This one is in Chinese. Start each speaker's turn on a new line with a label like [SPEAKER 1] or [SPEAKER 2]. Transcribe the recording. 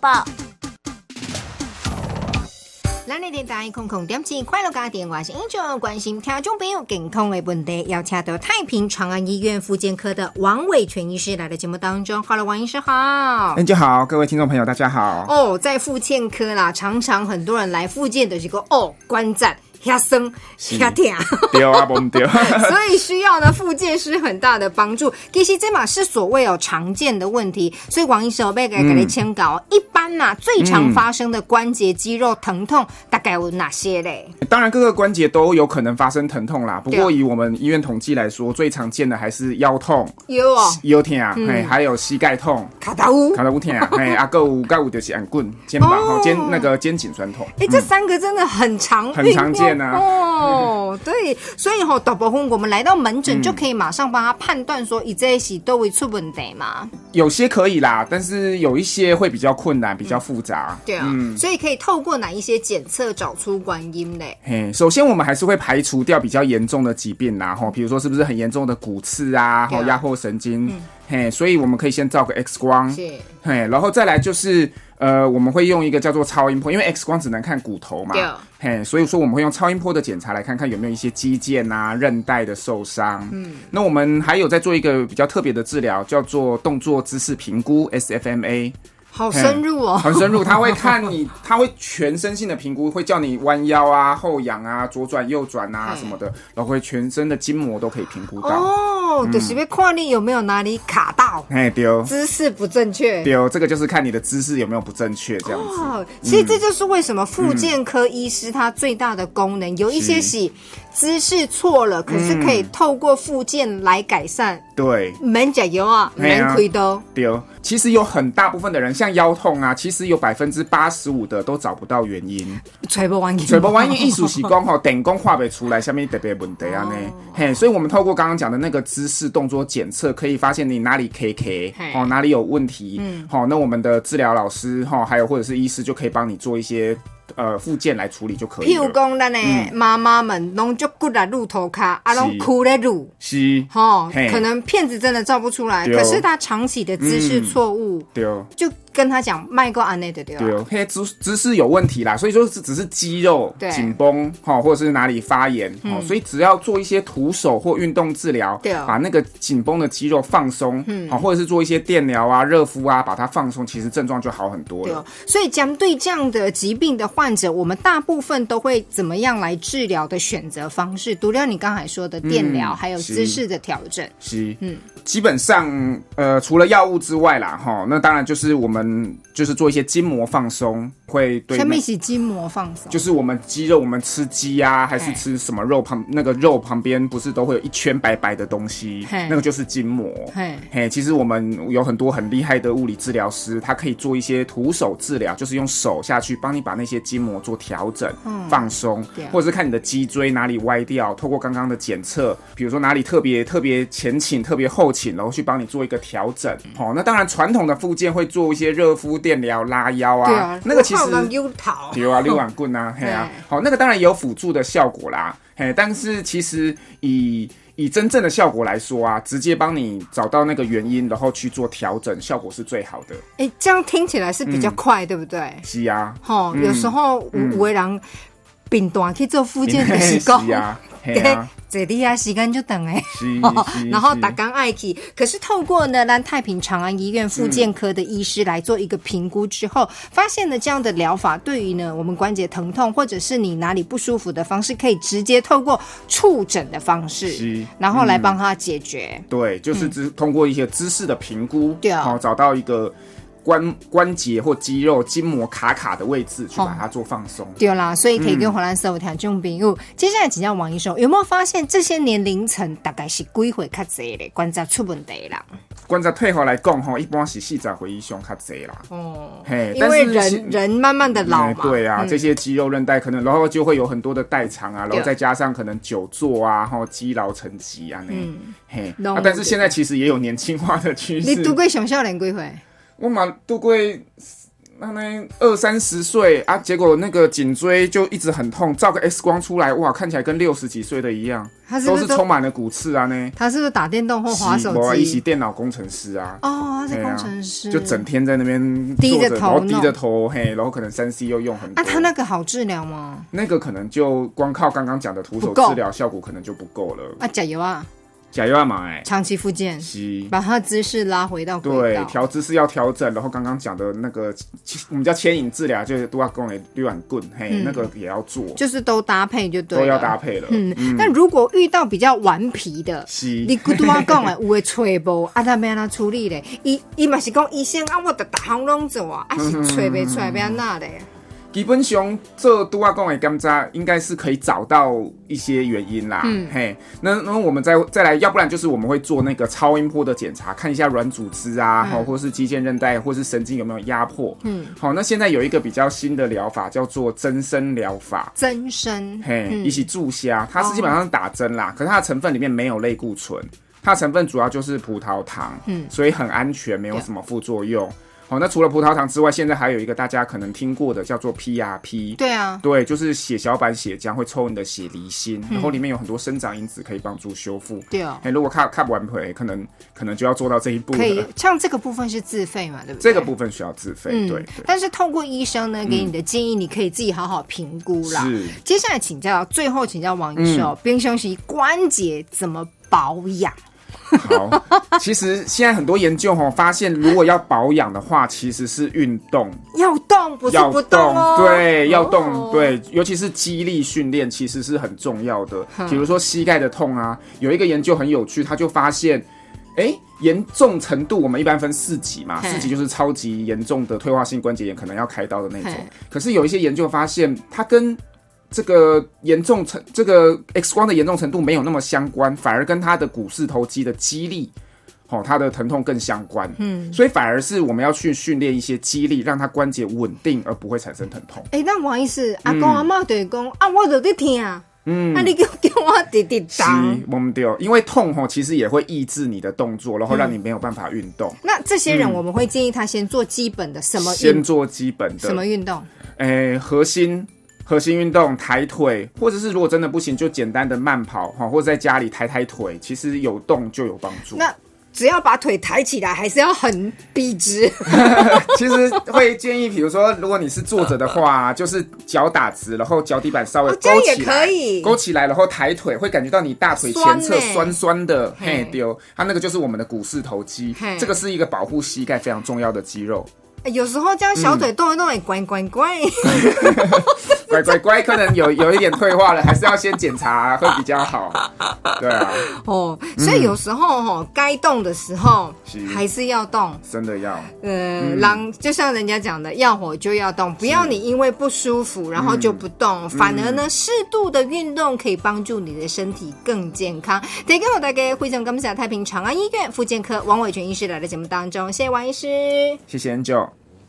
[SPEAKER 1] 报。
[SPEAKER 2] 咱的电台空空点起快乐家庭，我是 Angel，关心听众朋友健康的问题，要请到太平长安医院复健科的王伟全医师来到节目当中。Hello，王医师好。
[SPEAKER 3] 大家哎好，各位听众朋友，大家好。
[SPEAKER 2] 哦，在复健科啦，常常很多人来复健的这个哦，观战。遐酸遐痛，
[SPEAKER 3] 对啊，不对。
[SPEAKER 2] 所以需要呢，复健师很大的帮助。其实这嘛是所谓哦常见的问题，所以王医师我被给给你签稿。一般呐、最常发生的关节肌肉疼痛大概有哪些嘞？
[SPEAKER 3] 当然，各个关节都有可能发生疼痛啦。不
[SPEAKER 2] 对啊
[SPEAKER 3] 过，以我们医院统计来说，最常见的还是腰痛、
[SPEAKER 2] 有哦，
[SPEAKER 3] 腰痛啊，嘿，还有膝盖痛、
[SPEAKER 2] 卡达乌。
[SPEAKER 3] 卡到骨 痛啊，嘿，啊，够五盖五就是按棍、肩膀、
[SPEAKER 2] 哦
[SPEAKER 3] 吼肩那个肩颈酸痛。
[SPEAKER 2] 哎，这三个真的很常
[SPEAKER 3] 嗯很常见啊
[SPEAKER 2] 遇到哦， 对，所以吼、导播婚我们来到门诊就可以马上帮他判断说，你这是都会出问题嘛？
[SPEAKER 3] 有些可以啦，但是有一些会比较困
[SPEAKER 2] 嗯
[SPEAKER 3] 难，比较复杂。
[SPEAKER 2] 对啊，
[SPEAKER 3] 嗯
[SPEAKER 2] 所以可以透过哪一些检测找出观音嘞？
[SPEAKER 3] 嘿，首先我们还是会排除掉比较严重的疾病啦，吼，比如说是不是很严重的骨刺啊，
[SPEAKER 2] 对啊嗯
[SPEAKER 3] 吼，压迫神经，嘿，所以我们可以先照个 X 光，
[SPEAKER 2] 是
[SPEAKER 3] 嗯嘿，然后再来就是呃，我们会用一个叫做超音波，因为 X 光只能看骨头嘛
[SPEAKER 2] 对哦，
[SPEAKER 3] 嘿，所以说我们会用超音波的检查来看看有没有一些肌腱啊、韧带的受伤。嗯，那我们还有在做一个比较特别的治疗，叫做动作姿势评估 （SFMA）。
[SPEAKER 2] 好深入哦。
[SPEAKER 3] 很深入，他会看你， 他会全身性的评估，会叫你弯腰啊、后仰啊、左转右转啊
[SPEAKER 2] 嘿
[SPEAKER 3] 什么的，然后会全身的筋膜都可以评估到。
[SPEAKER 2] 哦，
[SPEAKER 3] 嗯
[SPEAKER 2] 就是要看你有没有哪里卡到，
[SPEAKER 3] 哎、丢
[SPEAKER 2] 姿势不正确。
[SPEAKER 3] 丢，这个就是看你的姿势有没有不正确这样子。
[SPEAKER 2] 哦，其
[SPEAKER 3] 嗯
[SPEAKER 2] 实这就是为什么复健科医师他最大的功
[SPEAKER 3] 嗯
[SPEAKER 2] 能，有一些是姿势错了，可是可以透过复健来改善。
[SPEAKER 3] 对。
[SPEAKER 2] 门加油啊，
[SPEAKER 3] 嘿啊
[SPEAKER 2] 门开刀。
[SPEAKER 3] 丢，其实有很大部分的人，像腰痛啊，其实有百分之八十五的都找不到原因。
[SPEAKER 2] 吹不完，
[SPEAKER 3] 嘴巴玩音艺术是讲吼，电工画不出来，下面特别问题啊
[SPEAKER 2] 哦
[SPEAKER 3] 呢。嘿，所以我们透过刚刚讲的那个姿势动作检测，可以发现你哪里 K K
[SPEAKER 2] 嘿
[SPEAKER 3] 哦，哪里有问题。嗯，好、那我们的治疗老师哈、哦，还有或者是医师就可以帮你做一些呃附件来处理就可以
[SPEAKER 2] 譬如
[SPEAKER 3] 了。
[SPEAKER 2] 讲，咱的
[SPEAKER 3] 嗯
[SPEAKER 2] 妈妈们拢就骨来露头卡，啊，拢哭咧露。
[SPEAKER 3] 是，
[SPEAKER 2] 哦
[SPEAKER 3] 嘿，
[SPEAKER 2] 可能骗子真的照不出来，
[SPEAKER 3] 对哦
[SPEAKER 2] 可是他长期的姿势错误，
[SPEAKER 3] 对哦
[SPEAKER 2] 就跟他讲卖过安内的对啊吧
[SPEAKER 3] 对哦，嘿，姿姿势有问题啦，所以说是只是肌肉
[SPEAKER 2] 对嗯
[SPEAKER 3] 紧绷哈，哦或者是哪里发炎哦，所以只要做一些徒手或运动治疗，
[SPEAKER 2] 对哦
[SPEAKER 3] 把那个紧绷的肌肉放松，嗯，好，或者是做一些电疗啊、热敷啊，把它放松，其实症状就好很多
[SPEAKER 2] 对
[SPEAKER 3] 了
[SPEAKER 2] 哦。，所以针对这样的疾病的患者，我们大部分都会怎么样来治疗的选择方式？除了你刚才说的电疗，
[SPEAKER 3] 嗯
[SPEAKER 2] 还有
[SPEAKER 3] 是
[SPEAKER 2] 姿势的调整，
[SPEAKER 3] 是，嗯，基本上呃，除了药物之外啦，哈，那当然就是我们就是做一些筋膜放松，会对
[SPEAKER 2] 下
[SPEAKER 3] 那
[SPEAKER 2] 面是筋膜放松，
[SPEAKER 3] 就是我们肌肉，我们吃鸡呀、还是
[SPEAKER 2] 嘿
[SPEAKER 3] 吃什么肉旁那个肉旁边不是都会有一圈白白的东西
[SPEAKER 2] 嘿，
[SPEAKER 3] 那个就是筋膜。
[SPEAKER 2] 嘿
[SPEAKER 3] 嘿，其实我们有很多很厉害的物理治疗师，他可以做一些徒手治疗，就是用手下去帮你把那些筋膜做调整、放松
[SPEAKER 2] 对啊，
[SPEAKER 3] 或者是看你的脊椎哪里歪掉，透过刚刚的检测，比如说哪里特别特别前倾、特别后倾，然后去帮你做一个调整。
[SPEAKER 2] 嗯
[SPEAKER 3] 好、那当然传统的附件会做一些热敷、电疗、拉腰啊，
[SPEAKER 2] 对啊，
[SPEAKER 3] 那个其实
[SPEAKER 2] 有逃，
[SPEAKER 3] 有啊，六碗棍啊，嘿啊
[SPEAKER 2] 对，
[SPEAKER 3] 好，那个当然也有辅助的效果啦，嘿，但是其实以以真正的效果来说啊，直接帮你找到那个原因，然后去做调整，效果是最好的。
[SPEAKER 2] 哎、这样听起来是
[SPEAKER 3] 嗯
[SPEAKER 2] 比较快，对不对？
[SPEAKER 3] 是啊，
[SPEAKER 2] 吼、有时候
[SPEAKER 3] 嗯
[SPEAKER 2] 有有的人病短去做复健的时 候，
[SPEAKER 3] 是啊，嘿
[SPEAKER 2] 对
[SPEAKER 3] 啊，，
[SPEAKER 2] 坐地啊时间就等哎。
[SPEAKER 3] 是
[SPEAKER 2] 哦，
[SPEAKER 3] 是。
[SPEAKER 2] 然后
[SPEAKER 3] 是
[SPEAKER 2] 打刚艾体，可是透过呢，让太平长安医院复健科的医师来做一个评估之后，发现了这样的疗法对于呢我们关节疼痛或者是你哪里不舒服的方式，可以直接透过触诊的方式
[SPEAKER 3] 是，嗯
[SPEAKER 2] 然后来帮他解决。
[SPEAKER 3] 对，就是只通过一些知识的评估，
[SPEAKER 2] 嗯对啊
[SPEAKER 3] 好、找到一个关关节或肌肉筋膜卡卡的位置，去
[SPEAKER 2] 哦
[SPEAKER 3] 把它做放松。
[SPEAKER 2] 对啦，所以可以
[SPEAKER 3] 嗯
[SPEAKER 2] 跟黄兰师傅谈这种病。因为接下来请教王医生，有没有发现这些年龄层大概是几岁较侪嘞？关节出问题啦。
[SPEAKER 3] 观察退后来讲吼，一般是细仔回忆胸卡贼啦，
[SPEAKER 2] 哦，
[SPEAKER 3] 嘿，
[SPEAKER 2] 因
[SPEAKER 3] 但
[SPEAKER 2] 为
[SPEAKER 3] 是其
[SPEAKER 2] 人人慢慢的老
[SPEAKER 3] 嗯
[SPEAKER 2] 嘛。
[SPEAKER 3] 对啊，这些肌肉韧带可能，然后就会有很多的代偿啊，然
[SPEAKER 2] 对
[SPEAKER 3] 后再加上可能久坐啊，然后肌劳成疾啊，那、
[SPEAKER 2] 嗯
[SPEAKER 3] 嘿
[SPEAKER 2] 拢
[SPEAKER 3] 啊
[SPEAKER 2] 有，
[SPEAKER 3] 但是现在其实也有年轻化的趋
[SPEAKER 2] 你拄
[SPEAKER 3] 势。
[SPEAKER 2] 过上少年几岁？
[SPEAKER 3] 我嘛都过那那二三十岁啊，结果那个颈椎就一直很痛，照个 X 光出来，哇，看起来跟六十几岁的一样，
[SPEAKER 2] 他是不
[SPEAKER 3] 都
[SPEAKER 2] 是
[SPEAKER 3] 是
[SPEAKER 2] 都
[SPEAKER 3] 充满了骨刺啊呢。
[SPEAKER 2] 他是不是打电动或划手
[SPEAKER 3] 我一起
[SPEAKER 2] 机？
[SPEAKER 3] 电脑工程师啊，
[SPEAKER 2] 哦，他是
[SPEAKER 3] 对
[SPEAKER 2] 工
[SPEAKER 3] 啊
[SPEAKER 2] 程师，
[SPEAKER 3] 就整天在那边
[SPEAKER 2] 嗯低
[SPEAKER 3] 坐
[SPEAKER 2] 着头
[SPEAKER 3] 然后低
[SPEAKER 2] 弄
[SPEAKER 3] 着头，嘿，然后可能三 C 又用很多。
[SPEAKER 2] 啊，他那个好治疗吗？
[SPEAKER 3] 那个可能就光靠刚刚讲的徒手
[SPEAKER 2] 不够
[SPEAKER 3] 治疗效果可能就不够了。
[SPEAKER 2] 啊，加油啊，
[SPEAKER 3] 假药嘛，哎，
[SPEAKER 2] 长期复健，
[SPEAKER 3] 吸。
[SPEAKER 2] 把他的姿势拉回到轨
[SPEAKER 3] 对
[SPEAKER 2] 道，。
[SPEAKER 3] 调姿势要调整，然后刚刚讲的那个，我们叫牵引治疗，就是都要跟诶绿碗棍，嘿，那个也要做，
[SPEAKER 2] 就是都搭配就嗯对了，
[SPEAKER 3] 都要搭配了。
[SPEAKER 2] 嗯，那如果遇到比较顽皮的，
[SPEAKER 3] 吸。
[SPEAKER 2] 你古拄啊讲诶，有诶揣无，啊，他要安怎处理咧？伊伊嘛是讲医生啊，我逐逐项拢做啊，啊是揣袂出来要安怎咧？
[SPEAKER 3] 基本上这都阿贡的甘渣应该是可以找到一些原因啦。嘿，那那我们再再来，要不然就是我们会做那个超音波的检查，看一下软组织啊，好、或是肌腱韧带或是神经有没有压迫。嗯，好，那现在有一个比较新的疗法叫做增生疗法。
[SPEAKER 2] 增生，
[SPEAKER 3] 嘿，一起注虾，它是基
[SPEAKER 2] 哦
[SPEAKER 3] 本上是打针啦，可是它的成分里面没有类固醇，它的成分主要就是葡萄糖，嗯，所以很安全，没有什么副作用。好、那除了葡萄糖之外，现在还有一个大家可能听过的叫做 PRP，
[SPEAKER 2] 对啊，
[SPEAKER 3] 对，就是血小板血浆会抽你的血离心，然后里面有很多生长因子可以帮助修复。
[SPEAKER 2] 嗯对哦
[SPEAKER 3] 哎、，如果看看不完腿，可能可能就要做到这一步
[SPEAKER 2] 可以
[SPEAKER 3] 了。，
[SPEAKER 2] 像这个部分是自费嘛，对不对？
[SPEAKER 3] 这个部分需要自费，对
[SPEAKER 2] 嗯，
[SPEAKER 3] 对，
[SPEAKER 2] 但是通过医生呢给你的建议，你可以自己好好评估啦。
[SPEAKER 3] 是
[SPEAKER 2] 接下来请教，最后请教王医师哦，冰胸息关节怎么保养？
[SPEAKER 3] 好。其实现在很多研究哦，发现如果要保养的话，其实是运动
[SPEAKER 2] 要动不是
[SPEAKER 3] 要
[SPEAKER 2] 不哦，
[SPEAKER 3] 对，要动，
[SPEAKER 2] 哦，
[SPEAKER 3] 对，尤其是肌力训练其实是很重要的。比如说膝盖的痛啊，有一个研究很有趣，他就发现，哎，严重程度我们一般分四级嘛，
[SPEAKER 2] 嘿
[SPEAKER 3] 四级就是超级严重的退化性关节炎，可能要开刀的那种
[SPEAKER 2] 嘿。
[SPEAKER 3] 可是有一些研究发现，它跟这个严重程，这个 X 光的严重程度没有那么相关，反而跟他的股四头肌的肌力，哦，他的疼痛更相关。嗯，所以反而是我们要去训练一些肌力，让他关节稳定而不会产生疼痛。
[SPEAKER 2] 哎、那王医
[SPEAKER 3] 嗯
[SPEAKER 2] 师，阿公阿嬷就会讲啊，我就在听，嗯，啊，你叫叫我直直
[SPEAKER 3] 是
[SPEAKER 2] 打。，
[SPEAKER 3] 我们丢，因为痛吼其实也会抑制你的动作，然后
[SPEAKER 2] 嗯
[SPEAKER 3] 让你没有办法运动。
[SPEAKER 2] 那这些人，我们会建议他先做基本的什么
[SPEAKER 3] 先
[SPEAKER 2] 运
[SPEAKER 3] 做基本的
[SPEAKER 2] 什么运动？
[SPEAKER 3] 诶、哎核心核心运动，抬腿，或者是如果真的不行，就简单的慢跑哈，或者在家里抬抬腿，其实有动就有帮助。
[SPEAKER 2] 那只要把腿抬起来，还是要很笔 直。
[SPEAKER 3] 其实会建议，比如说，如果你是坐着的话，就是脚打直，然后脚底板稍微
[SPEAKER 2] 哦这样
[SPEAKER 3] 勾
[SPEAKER 2] 也
[SPEAKER 3] 起来，
[SPEAKER 2] 可以
[SPEAKER 3] 勾起来，然后抬腿，会感觉到你大腿前侧
[SPEAKER 2] 酸欸
[SPEAKER 3] 酸酸的，
[SPEAKER 2] 嘿
[SPEAKER 3] 嘿丢，它那个就是我们的股四头肌
[SPEAKER 2] 嘿，
[SPEAKER 3] 这个是一个保护膝盖非常重要的肌肉。
[SPEAKER 2] 哎有时候这样小腿动一动，也乖乖乖。
[SPEAKER 3] 乖乖乖，可能有有一点退化了，还是要先检查会比较好。对啊，
[SPEAKER 2] 哦，所以有时候哦，该动的时候
[SPEAKER 3] 是
[SPEAKER 2] 还是要动。
[SPEAKER 3] 真的要。
[SPEAKER 2] 呃，狼就像人家讲的，要活就要动，不要你因为不舒服然后就不动，反而呢，适度的运动可以帮助你的身体更健康。提供我大家非常感谢太平长安医院复健科王伟全医师来的节目当中，谢谢王医师。
[SPEAKER 3] 谢谢 Angel。